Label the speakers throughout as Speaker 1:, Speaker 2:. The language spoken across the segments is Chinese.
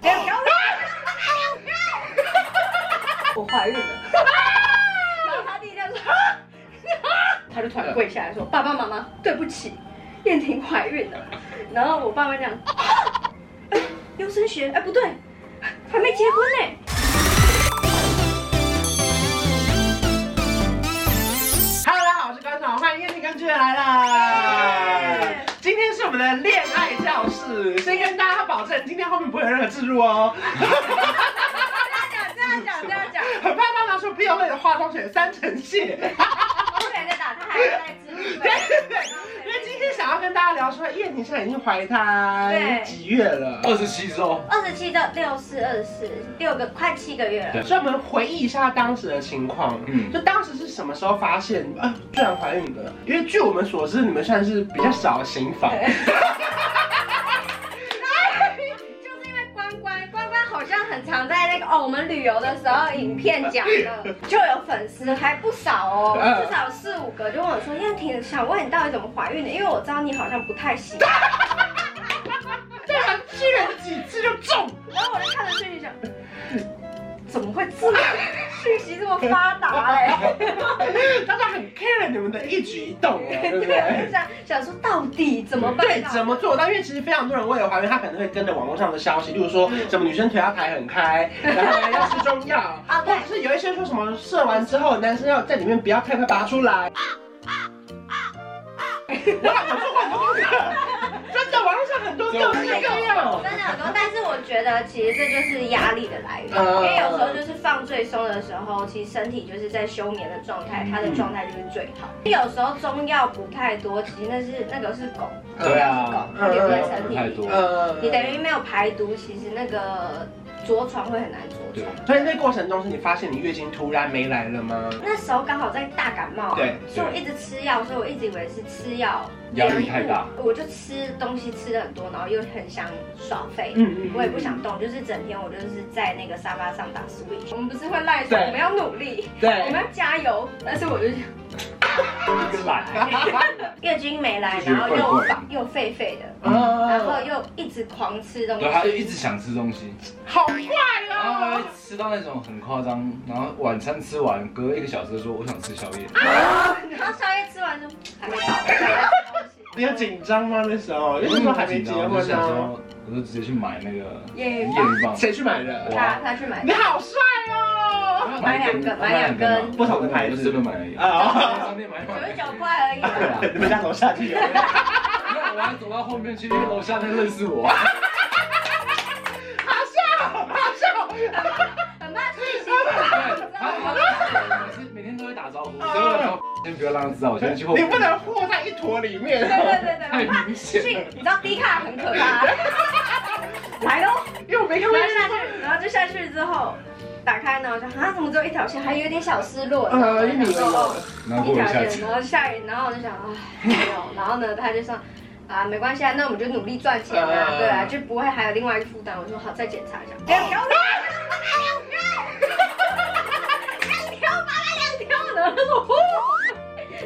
Speaker 1: 怀孕了。然后他弟在说， 他就突然跪下来说：“爸爸妈妈，对不起，燕婷怀孕了。”然后我爸爸讲：“ 哎，优生学，哎，不对，还没结婚呢。”
Speaker 2: 大家好，我是关爽，欢迎燕婷跟巨人来啦
Speaker 1: 耶！
Speaker 2: 今天是我们的恋爱教室，先跟大家保证，今天后面不会有任何置入哦。
Speaker 1: 这样讲，这样讲，这样讲，
Speaker 2: 很怕大家说 B O 类的化妆水三成卸。
Speaker 1: 我不敢再打他，还是在支付 费
Speaker 2: 对对对，因为今天想要跟大家聊说，燕婷现在已经怀胎
Speaker 1: 对
Speaker 2: 几月了？
Speaker 3: 二十七周，
Speaker 1: 二十七到六四二十四，六个快七个月了。
Speaker 2: 所以我们回忆一下当时的情况，
Speaker 3: 嗯
Speaker 2: 就当时是什么时候发现啊，居然怀孕了？因为据我们所知，你们算是比较少的刑法，
Speaker 1: 就是因为关关，关关好像很常在那个哦，我们旅游的时候影片讲的，就有粉丝还不少哦，
Speaker 2: 嗯
Speaker 1: 至少有四五个就问我说，燕婷，想问你到底怎么怀孕的？因为我知道你好像不太喜欢。
Speaker 2: 对啊，居然几次就中。
Speaker 1: 然后我就看着讯息想，怎么会这么讯息这么发达嘞？
Speaker 2: 大家很 care 你们的一举一动哦，对不
Speaker 1: 对，
Speaker 2: 对？
Speaker 1: 想想说到底怎么办
Speaker 2: 对，
Speaker 1: 到？
Speaker 2: 怎么做到？因为其实非常多人为了怀孕，他可能会跟着网络上的消息，例如说
Speaker 1: 嗯
Speaker 2: 什么女生腿要抬很开，然后呢要吃中药，
Speaker 1: 啊
Speaker 2: 或
Speaker 1: 对
Speaker 2: 者是有一些说什么射完之后，男生要在里面不要太快拔出 来。我老婆做过很多功课，真的，网络上很多各式各样。
Speaker 1: 真的很多，但是我觉得其实这就是压力的来源，
Speaker 2: 嗯
Speaker 3: 呃
Speaker 1: 因为有时候就是放最松的时候，其实身体就是在休眠的状态，它的状态就是最好。
Speaker 3: 嗯
Speaker 1: 有时候中药补太多，其实那是那个是汞，那
Speaker 3: 对
Speaker 1: 是汞
Speaker 3: 啊，
Speaker 1: 它留在身体
Speaker 3: 太
Speaker 1: 里，
Speaker 3: 多，
Speaker 2: 呃
Speaker 1: 你等于没有排毒，其实那个着床会很难着床。
Speaker 2: 所以那过程中是你发现你月经突然没来了吗？
Speaker 1: 那时候刚好在大感冒、啊，
Speaker 2: 对
Speaker 1: 所以我一直吃药，所以我一直以为是吃药
Speaker 3: 压力太大，
Speaker 1: 我就吃东西吃的很多，然后又很想耍废，
Speaker 2: 嗯嗯
Speaker 1: 我也不想动，就是整天我就是在那个沙发上打 Switch。我们不是会赖床，
Speaker 2: 对
Speaker 1: 我们要努力，我
Speaker 2: 对
Speaker 1: 们。要加油，但是我就
Speaker 3: 嗯一个懒，
Speaker 1: 月经没来，
Speaker 3: 就是
Speaker 1: 然后又
Speaker 3: 怪怪的
Speaker 1: 又废废 的。然后
Speaker 2: 嗯，
Speaker 1: 又一直狂吃东
Speaker 3: 对，他就
Speaker 1: 西，
Speaker 3: 一直想吃东西，
Speaker 2: 好快
Speaker 3: 然后他
Speaker 2: 哦！
Speaker 3: 会吃到那种很夸张，然后晚餐吃完隔一个小时就说我想吃宵夜，
Speaker 1: 然后宵夜吃完就还没到，还没到东西
Speaker 2: 你有紧张吗？那时候，因为那时候还没结
Speaker 3: 我
Speaker 2: 婚啊
Speaker 3: 就想
Speaker 2: 呢。
Speaker 3: 说，我就直接去买那个
Speaker 1: 耶
Speaker 3: 验孕棒，
Speaker 2: 谁去买的？
Speaker 1: 他他去买
Speaker 2: 你好帅哦！
Speaker 1: 买两根买两根
Speaker 3: 根嘛
Speaker 2: 不同的牌子
Speaker 3: 我就真的买 而已，
Speaker 2: 啊，
Speaker 3: 商店买
Speaker 1: 九
Speaker 3: 买
Speaker 1: 十九块而已啊。
Speaker 2: 你们家楼下就有。
Speaker 3: 我还走到后面去，因为楼下那认 识我，
Speaker 1: 很怕睡醒，你知道吗？
Speaker 3: 我是每天都会打招呼，所以我想说先不要让他知道，我先去后
Speaker 2: 你
Speaker 3: 面，
Speaker 2: 不能和在一坨里
Speaker 1: 对
Speaker 2: 面，
Speaker 1: 对对对，
Speaker 3: 太
Speaker 1: 很怕
Speaker 3: 明
Speaker 1: 去，
Speaker 3: 显了。
Speaker 1: 你知道低卡很可怕。来喽，
Speaker 2: 因为我没
Speaker 1: 然
Speaker 2: 看过
Speaker 1: 后。下去，然后就下去之后，打开呢，我就啊，怎么只有一条线，还有点小失落。
Speaker 2: 呃，一
Speaker 1: 然后我
Speaker 2: 米
Speaker 1: 就想说
Speaker 3: 然后
Speaker 1: 哦一
Speaker 3: 过
Speaker 1: 条
Speaker 3: 了下
Speaker 1: 线，
Speaker 3: 去，
Speaker 1: 然后下雨，然后我就想，唉，没有。然后呢，他就说。啊，没关系啊，那我们就努力赚钱啊，
Speaker 2: 嗯
Speaker 1: 对啊，就不会还有另外一个负担。我说好，再检查一
Speaker 2: 哦
Speaker 1: 下。哎两条，两条，哎拔了两条，然后他说，哦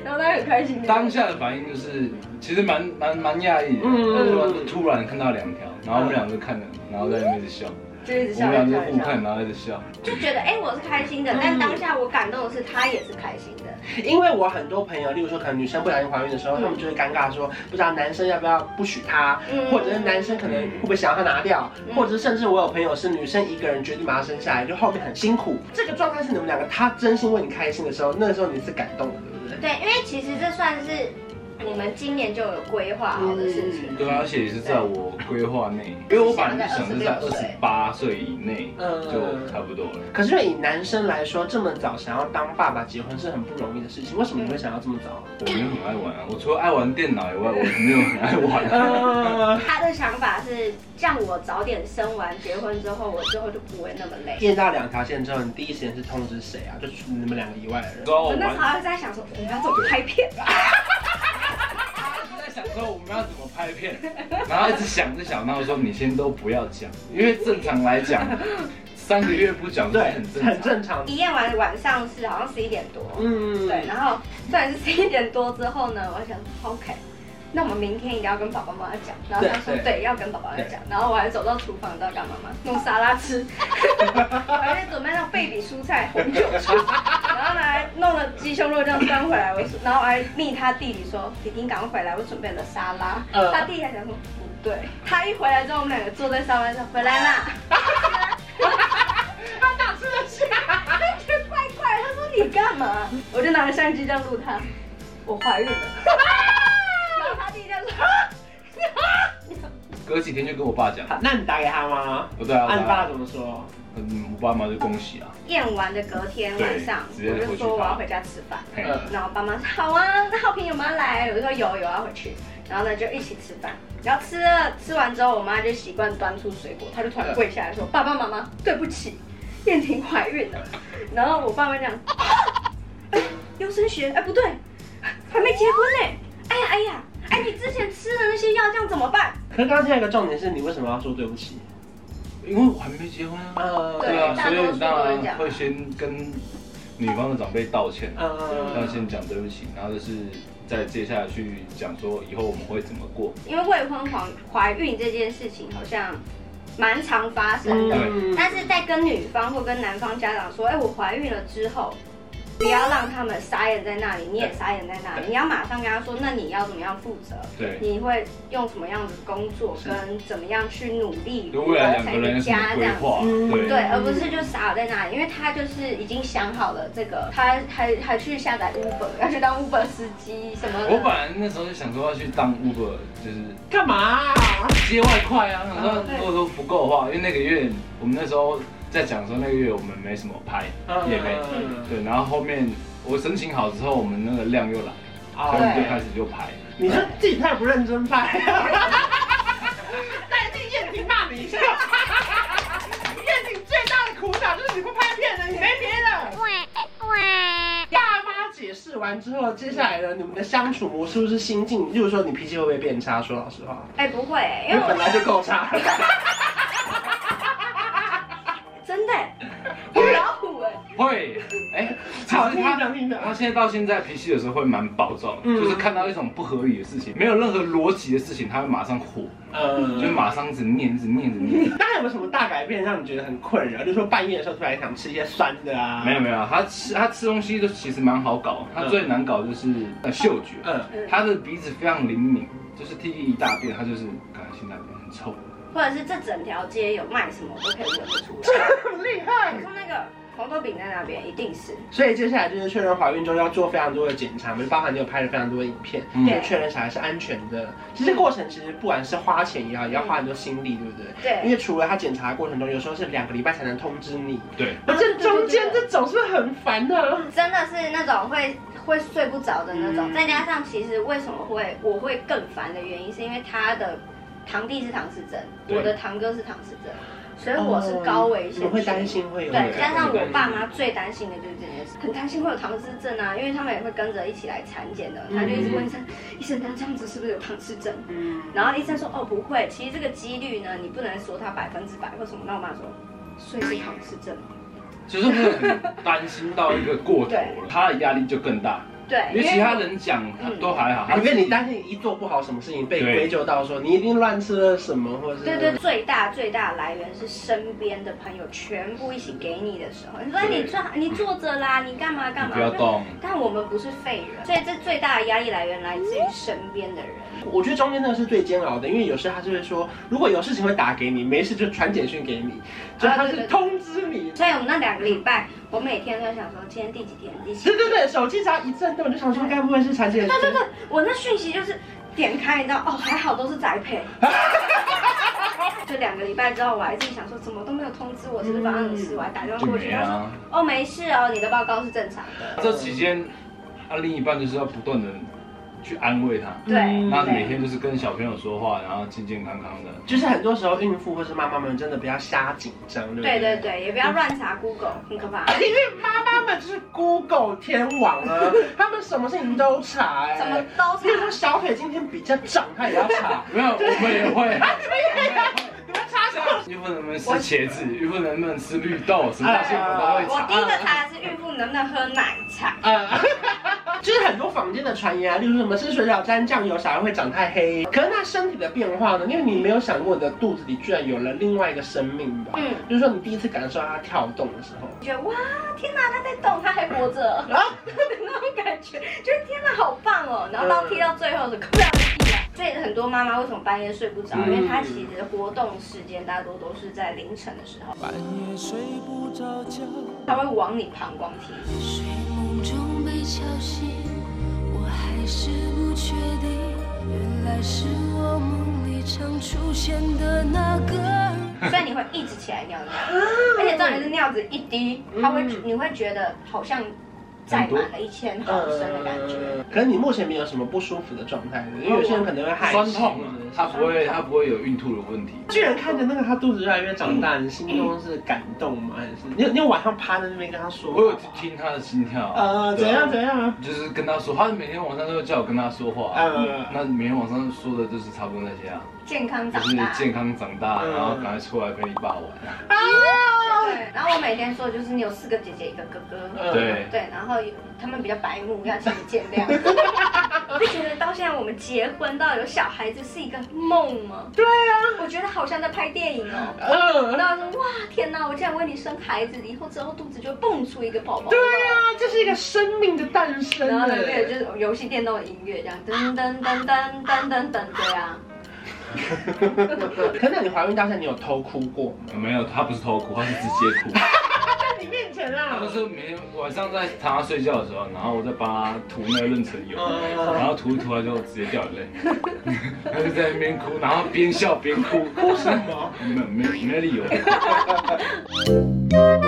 Speaker 1: 然后他很开心。
Speaker 3: 当下的反应就是，其实蛮蛮蛮讶异的，
Speaker 2: 嗯
Speaker 3: 嗯，突然看到两条，然后我们两个看了，然后在那边一直笑，
Speaker 1: 就一直
Speaker 3: 我
Speaker 1: 笑，
Speaker 3: 们
Speaker 1: 一
Speaker 3: 两
Speaker 1: 直笑，一
Speaker 3: 个互
Speaker 1: 直笑，
Speaker 3: 看，然后一直笑，
Speaker 1: 就觉得哎、我是开心的，但当下我感动的是他也是开心的，
Speaker 2: 因为我很多朋友，例如说可能女生不小心怀孕的时候，他们就会尴尬说，不知道男生要不要不许她，
Speaker 1: 嗯
Speaker 2: 或者是男生可能会不会想要她拿掉，
Speaker 3: 嗯
Speaker 2: 或者是甚至我有朋友是女生一个人决定把她生下来，就后面很辛苦。这个状态是你们两个，他真心为你开心的时候，那时候你是感动的，对不对？
Speaker 1: 对，因为其实这算是你们今年就有规划好的事情，
Speaker 3: 对啊，而且也是在我规划内，因为我本来就想是在
Speaker 1: 26
Speaker 3: 二十八岁以内
Speaker 2: 嗯
Speaker 3: 就差不多了。
Speaker 2: 可是以男生来说，这么早想要当爸爸结婚是很不容易的事情。为什么你会想要这么 早？
Speaker 3: 我没有很爱玩啊，我除了爱玩电脑以外，我没有很爱玩 啊。
Speaker 2: 呃，
Speaker 1: 他的想法是让我早点生完结婚之后，我之后就不会那么累。
Speaker 2: 验到两条线之后，你第一时间是通知谁啊？就除你们两个以外的人。
Speaker 3: 之后
Speaker 1: 我
Speaker 3: 我
Speaker 1: 那时候
Speaker 3: 玩，
Speaker 1: 还在想说，我们要怎么拍片？
Speaker 3: 在想说我们要怎么拍片，然后一直想着想，然后我说你先都不要讲，因为正常来讲，三个月不讲是
Speaker 2: 对
Speaker 3: 很，正常
Speaker 2: 很。正常。
Speaker 1: 一验完晚上是好像十一点多，
Speaker 2: 嗯，
Speaker 1: 对，然后虽然是十一点多之后呢，我想 OK，那我们明天一定要跟爸爸妈妈讲。然后他说
Speaker 2: 对
Speaker 1: 对，要跟爸爸妈妈讲。然后我还走到厨房，你知道干嘛吗？弄沙拉吃， 我还在准备那种贝比蔬菜红酒醋，然后呢还弄了鸡胸肉这样端回来。我然后我还密他弟弟说：“弟弟，你赶快回来，我准备了沙拉。
Speaker 2: 嗯
Speaker 1: 他弟弟还想说：“不对。”他一回来之后，我们两个坐在沙发上，回来啦。
Speaker 2: 他哪吃得下？
Speaker 1: 他觉得怪怪，他说你干嘛？我就拿着相机这样录他，我怀孕了。然后他弟这样说，啊
Speaker 3: 隔几天就跟我爸讲，
Speaker 2: 那你打给他吗？
Speaker 3: 我对啊，
Speaker 2: 那你
Speaker 3: 我
Speaker 2: 爸
Speaker 3: 爸
Speaker 2: 怎么说？
Speaker 3: 嗯，我爸妈就恭喜啊，
Speaker 1: 验完的隔天晚上，
Speaker 3: 对
Speaker 1: 我就说我要回家吃饭。
Speaker 3: 嘿
Speaker 2: 嗯
Speaker 1: 然后爸妈说好啊，那浩平有没有要来？我就说有有要回去。然后呢就一起吃饭，然后吃了吃完之后，我妈就习惯端出水果，她就突然跪下来说：“爸爸妈妈，对不起，燕婷怀孕了。”然后我爸妈讲：“啊，哎优生学，哎不对，还没结婚呢。哎呀哎呀，哎你之前吃的那些药，这样怎么办？”
Speaker 2: 可是刚刚听到一个重点是，你为什么要说对不起？
Speaker 3: 因为我还没结婚啊，
Speaker 2: 呃，
Speaker 1: 对
Speaker 3: 对啊，
Speaker 1: 大
Speaker 3: 所
Speaker 1: 多
Speaker 3: 以
Speaker 1: 数
Speaker 3: 当
Speaker 1: 都是这样
Speaker 3: 然会先跟女方的长辈道歉啊，
Speaker 2: 呃
Speaker 3: 要先讲对不起，然后就是再接下来去讲说以后我们会怎么过，
Speaker 1: 因为未婚怀怀孕这件事情好像蛮常发生的，
Speaker 2: 嗯
Speaker 1: 但是在跟女方或跟男方家长说，哎、我怀孕了之后，不要让他们傻眼在那里，你也傻眼在那里，你要马上跟他说，那你要怎么样负责？
Speaker 3: 对，
Speaker 1: 你会用什么样的工作，
Speaker 3: 是
Speaker 1: 跟怎么样去努力，
Speaker 3: 就未来两个人有
Speaker 1: 成
Speaker 3: 什么
Speaker 1: 家这
Speaker 3: 规
Speaker 1: 样子。
Speaker 3: 划，
Speaker 2: 嗯
Speaker 3: 对
Speaker 1: 对，而不是就傻在那里，因为他就是已经想好了这个，他还还去下载 Uber，要去当 Uber 司机什么的。
Speaker 3: 我本来那时候就想说要去当 Uber，就是
Speaker 2: 干嘛？
Speaker 3: 接外快啊。然后
Speaker 1: 嗯对
Speaker 3: 如果说不够的话，因为那个月我们那时候在讲说那个月我们没什么拍夜配，
Speaker 2: 嗯
Speaker 3: 对，然后后面我申请好之后，我们那个量又来，所
Speaker 2: 哦
Speaker 3: 以我们就开始就拍。
Speaker 2: 你说自己太不认真拍，但是燕婷骂你一下。燕婷最大的苦恼就是你不拍片了，你没别的。爸妈解释完之后，接下来呢，你们的相处模式是心境，例如说你脾气会不会变差？说老实话，
Speaker 1: 哎、不会、因
Speaker 2: 因
Speaker 1: 为
Speaker 2: 为
Speaker 1: 我
Speaker 2: 本来就够差。
Speaker 1: 真 的，我老虎哎，
Speaker 3: 会，哎，
Speaker 2: 好
Speaker 3: 其
Speaker 2: 听
Speaker 3: 实
Speaker 2: 的，
Speaker 3: 他
Speaker 2: 听
Speaker 3: 他
Speaker 2: 的。
Speaker 3: 现在到现在脾气有时候会蛮暴躁的，
Speaker 2: 嗯
Speaker 3: 就是看到一种不合理的事情，没有任何逻辑的事情，他会马上火，
Speaker 2: 嗯，
Speaker 3: 就马上一直念，一直念，一直念。
Speaker 2: 那有没有什么大改变让你觉得很困扰？就是说半夜的时候突然想吃一些酸的啊？
Speaker 3: 没有没有，他吃他吃东西都其实蛮好搞，他最难搞就是呃嗅觉，
Speaker 2: 嗯，
Speaker 3: 他的鼻子非常灵敏，就是涕一大便，他就是感觉现在很臭。
Speaker 1: 或者是这整条街有卖什么，我都可以闻得出来。
Speaker 2: 这么厉害
Speaker 1: 你。说那个红豆饼在那边，一定是。
Speaker 2: 所以接下来就是确认怀孕中要做非常多的检查，包含你有拍了非常多的影片，
Speaker 3: 嗯
Speaker 2: 就确认小孩是安全的。其实过程其实不管是花钱也好，也要花很多心力，对不对？因
Speaker 1: 对，
Speaker 2: 为除了他检查的过程中，有时候是两个礼拜才能通知你，
Speaker 3: 对，
Speaker 2: 那这中间
Speaker 1: 对对对
Speaker 2: 这种是不是很烦啊呢？
Speaker 1: 真的是那种会会睡不着的那种。
Speaker 2: 嗯
Speaker 1: 再加上其实为什么会我会更烦的原因，是因为他的堂弟是唐氏症，
Speaker 3: 对
Speaker 1: 我的堂哥是唐氏症，所以我是高危
Speaker 2: 哦你
Speaker 1: 险群。
Speaker 2: 们会担心会有
Speaker 1: 对，
Speaker 3: 对
Speaker 1: 加上我爸妈最担心的就是这件事，很担心会有唐氏症啊，因为他们也会跟着一起来产检的，他就一直问医生，医生，他这样子是不是有唐氏症？
Speaker 2: 嗯，
Speaker 1: 然后医生说，哦，不会，其实这个几率呢，你不能说它百分之百或什么。那我妈说，所以是唐氏症。
Speaker 3: 就是会很担心到一个过头了，他的压力就更大。
Speaker 1: 对，
Speaker 3: 因为其他人讲都还好，他
Speaker 2: 因为你担心一做不好什么事情被
Speaker 3: 对
Speaker 2: 归咎到说你一定乱吃了什么，或者是
Speaker 1: 对对，最大最大来源是身边的朋友全部一起给你的时候，你说哎
Speaker 3: 对
Speaker 1: 你坐你坐着啦，你干嘛干
Speaker 3: 你
Speaker 1: 嘛？
Speaker 3: 不要动。
Speaker 1: 但我们不是废人，所以这最大的压力来源来自于身边的人。
Speaker 2: 我觉得中间那个是最煎熬的，因为有时他就会说，如果有事情会打给你，没事就传简讯给你，就他
Speaker 1: 啊对
Speaker 2: 是
Speaker 1: 对对
Speaker 2: 通知你。
Speaker 1: 所以我们那两个礼拜，我每天都想说今天第几天，第几
Speaker 2: 对
Speaker 1: 天。
Speaker 2: 对对，手机只要一震动，我就想说该不会是传简讯？对对对，
Speaker 1: 我那讯息就是点开，你知道哦，还好都是宅 配。就两个礼拜之后，我还自己想说，怎么都没有通知我，是不是发生什么事？我还打电话
Speaker 3: 就
Speaker 1: 过去，
Speaker 3: 没
Speaker 1: 他说
Speaker 3: 啊。
Speaker 1: 哦没事哦，你的报告是正常的。
Speaker 3: 这期间，啊，另一半就是要不断的去安慰他，
Speaker 1: 对
Speaker 2: 嗯
Speaker 3: 那每天就是跟小朋友说话，然后健健康康的。
Speaker 2: 就是很多时候孕妇或是妈妈们真的不要瞎紧张，对不
Speaker 1: 对
Speaker 2: 对？
Speaker 1: 对对，也不要乱查 Google，很可怕。
Speaker 2: 因为妈妈们就是 Google 天王 啊，他们什么事情都查哎、
Speaker 1: 什么都
Speaker 2: 例如
Speaker 1: 查。
Speaker 2: 说小腿今天比较长，她也要查。
Speaker 3: 没有，我们 也会。
Speaker 2: 你们查什么？
Speaker 3: 孕妇能不能吃茄子？孕妇能不能吃
Speaker 2: 哎
Speaker 3: 绿豆？什么东西我们都
Speaker 1: 我
Speaker 3: 会
Speaker 1: 啊
Speaker 3: 查
Speaker 1: 第。一个查的是孕妇能不能喝奶茶，
Speaker 2: 呃， 就是很多坊间的传言啊，例如说什么吃水饺沾酱油，小孩会长太黑。可是那身体的变化呢？因为你没有想过你的肚子里居然有了另外一个生命吧？
Speaker 1: 嗯，
Speaker 2: 就是说你第一次感受到它跳动的时候，
Speaker 1: 你觉得哇，天哪，他在动，他还活着，
Speaker 2: 然后
Speaker 1: 的那种感觉，就是天哪，好棒哦！然后到踢到最后的时候，不要踢了。所以很多妈妈为什么半夜睡不着？因为她其实活动时间大多都是在凌晨的时候，
Speaker 4: 半夜睡不着觉，
Speaker 1: 她会往你膀胱踢。
Speaker 5: 睡梦中被敲醒，我还是不确定，原来是我梦里常出现的那个人。
Speaker 1: 所以你会一直起来尿尿，而且重点是尿子一滴，它会
Speaker 2: 啊嗯
Speaker 1: 你会觉得好像载满了一千毫升的哦感觉。
Speaker 2: 呃，可是你目前没有什么不舒服的状态，因为有些人可能会害羞
Speaker 3: 酸痛啊，他不会他不会有孕吐的问题。
Speaker 2: 居然看着那个他肚子越来越长大，你心中是感动吗？还是你有你有晚上趴在那边跟他说话
Speaker 3: 我有
Speaker 2: 吗？
Speaker 3: 听他的心跳，
Speaker 2: 呃，
Speaker 3: 对
Speaker 2: 怎
Speaker 3: 啊
Speaker 2: 样怎样？
Speaker 3: 就是跟他说，他每天晚上都会叫我跟他说话、
Speaker 2: 嗯
Speaker 3: 那每天晚上说的就是差不多那些啊，
Speaker 1: 健康
Speaker 3: 就
Speaker 1: 长
Speaker 3: 是
Speaker 1: 大。
Speaker 3: 健康长大，
Speaker 2: 嗯
Speaker 3: 然后赶快出来陪你爸玩。啊
Speaker 1: 对，然后我每天说就是你有四个姐姐一个哥哥。
Speaker 2: 嗯
Speaker 3: 对，
Speaker 1: 对，然后有他们比较白目，要请你见 谅。不觉得到现在我们结婚到有小孩子是一个梦吗？对啊，我觉得好像在拍电影哦。
Speaker 2: 嗯，
Speaker 1: 然后说哇天哪，我竟然为你生孩子，以后之后肚子就会蹦出一个宝宝。
Speaker 2: 对啊，这是一个生命的诞生
Speaker 1: 然后呢，对，
Speaker 2: 欸。
Speaker 1: 就是游戏电动的音乐这样，噔噔噔噔噔噔噔，对啊，
Speaker 2: 可能你怀孕到现在，你有偷哭过吗？
Speaker 3: 没有，他不是偷哭，他是直接 哭。
Speaker 2: 在你面前
Speaker 3: 他
Speaker 2: 啊
Speaker 3: 就是每天晚上在躺下睡觉的时候，然后我在帮他涂那个润唇油，
Speaker 2: 嗯
Speaker 3: 然后涂一涂他就直接掉眼 泪，他就在那边哭，然后边笑边哭，哭什么？没有没有没有理由。